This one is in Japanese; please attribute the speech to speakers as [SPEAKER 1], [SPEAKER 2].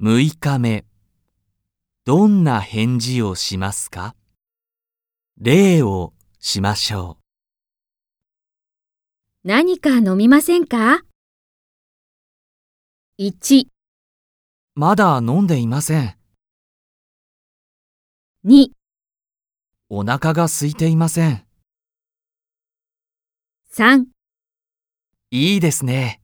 [SPEAKER 1] 6日目、どんな返事をしますか例をしましょ
[SPEAKER 2] 何か飲みませんか ?1、
[SPEAKER 1] う。まだ飲んでいません。
[SPEAKER 2] 2、
[SPEAKER 1] お腹が空いていません。
[SPEAKER 2] 3
[SPEAKER 1] いいですね。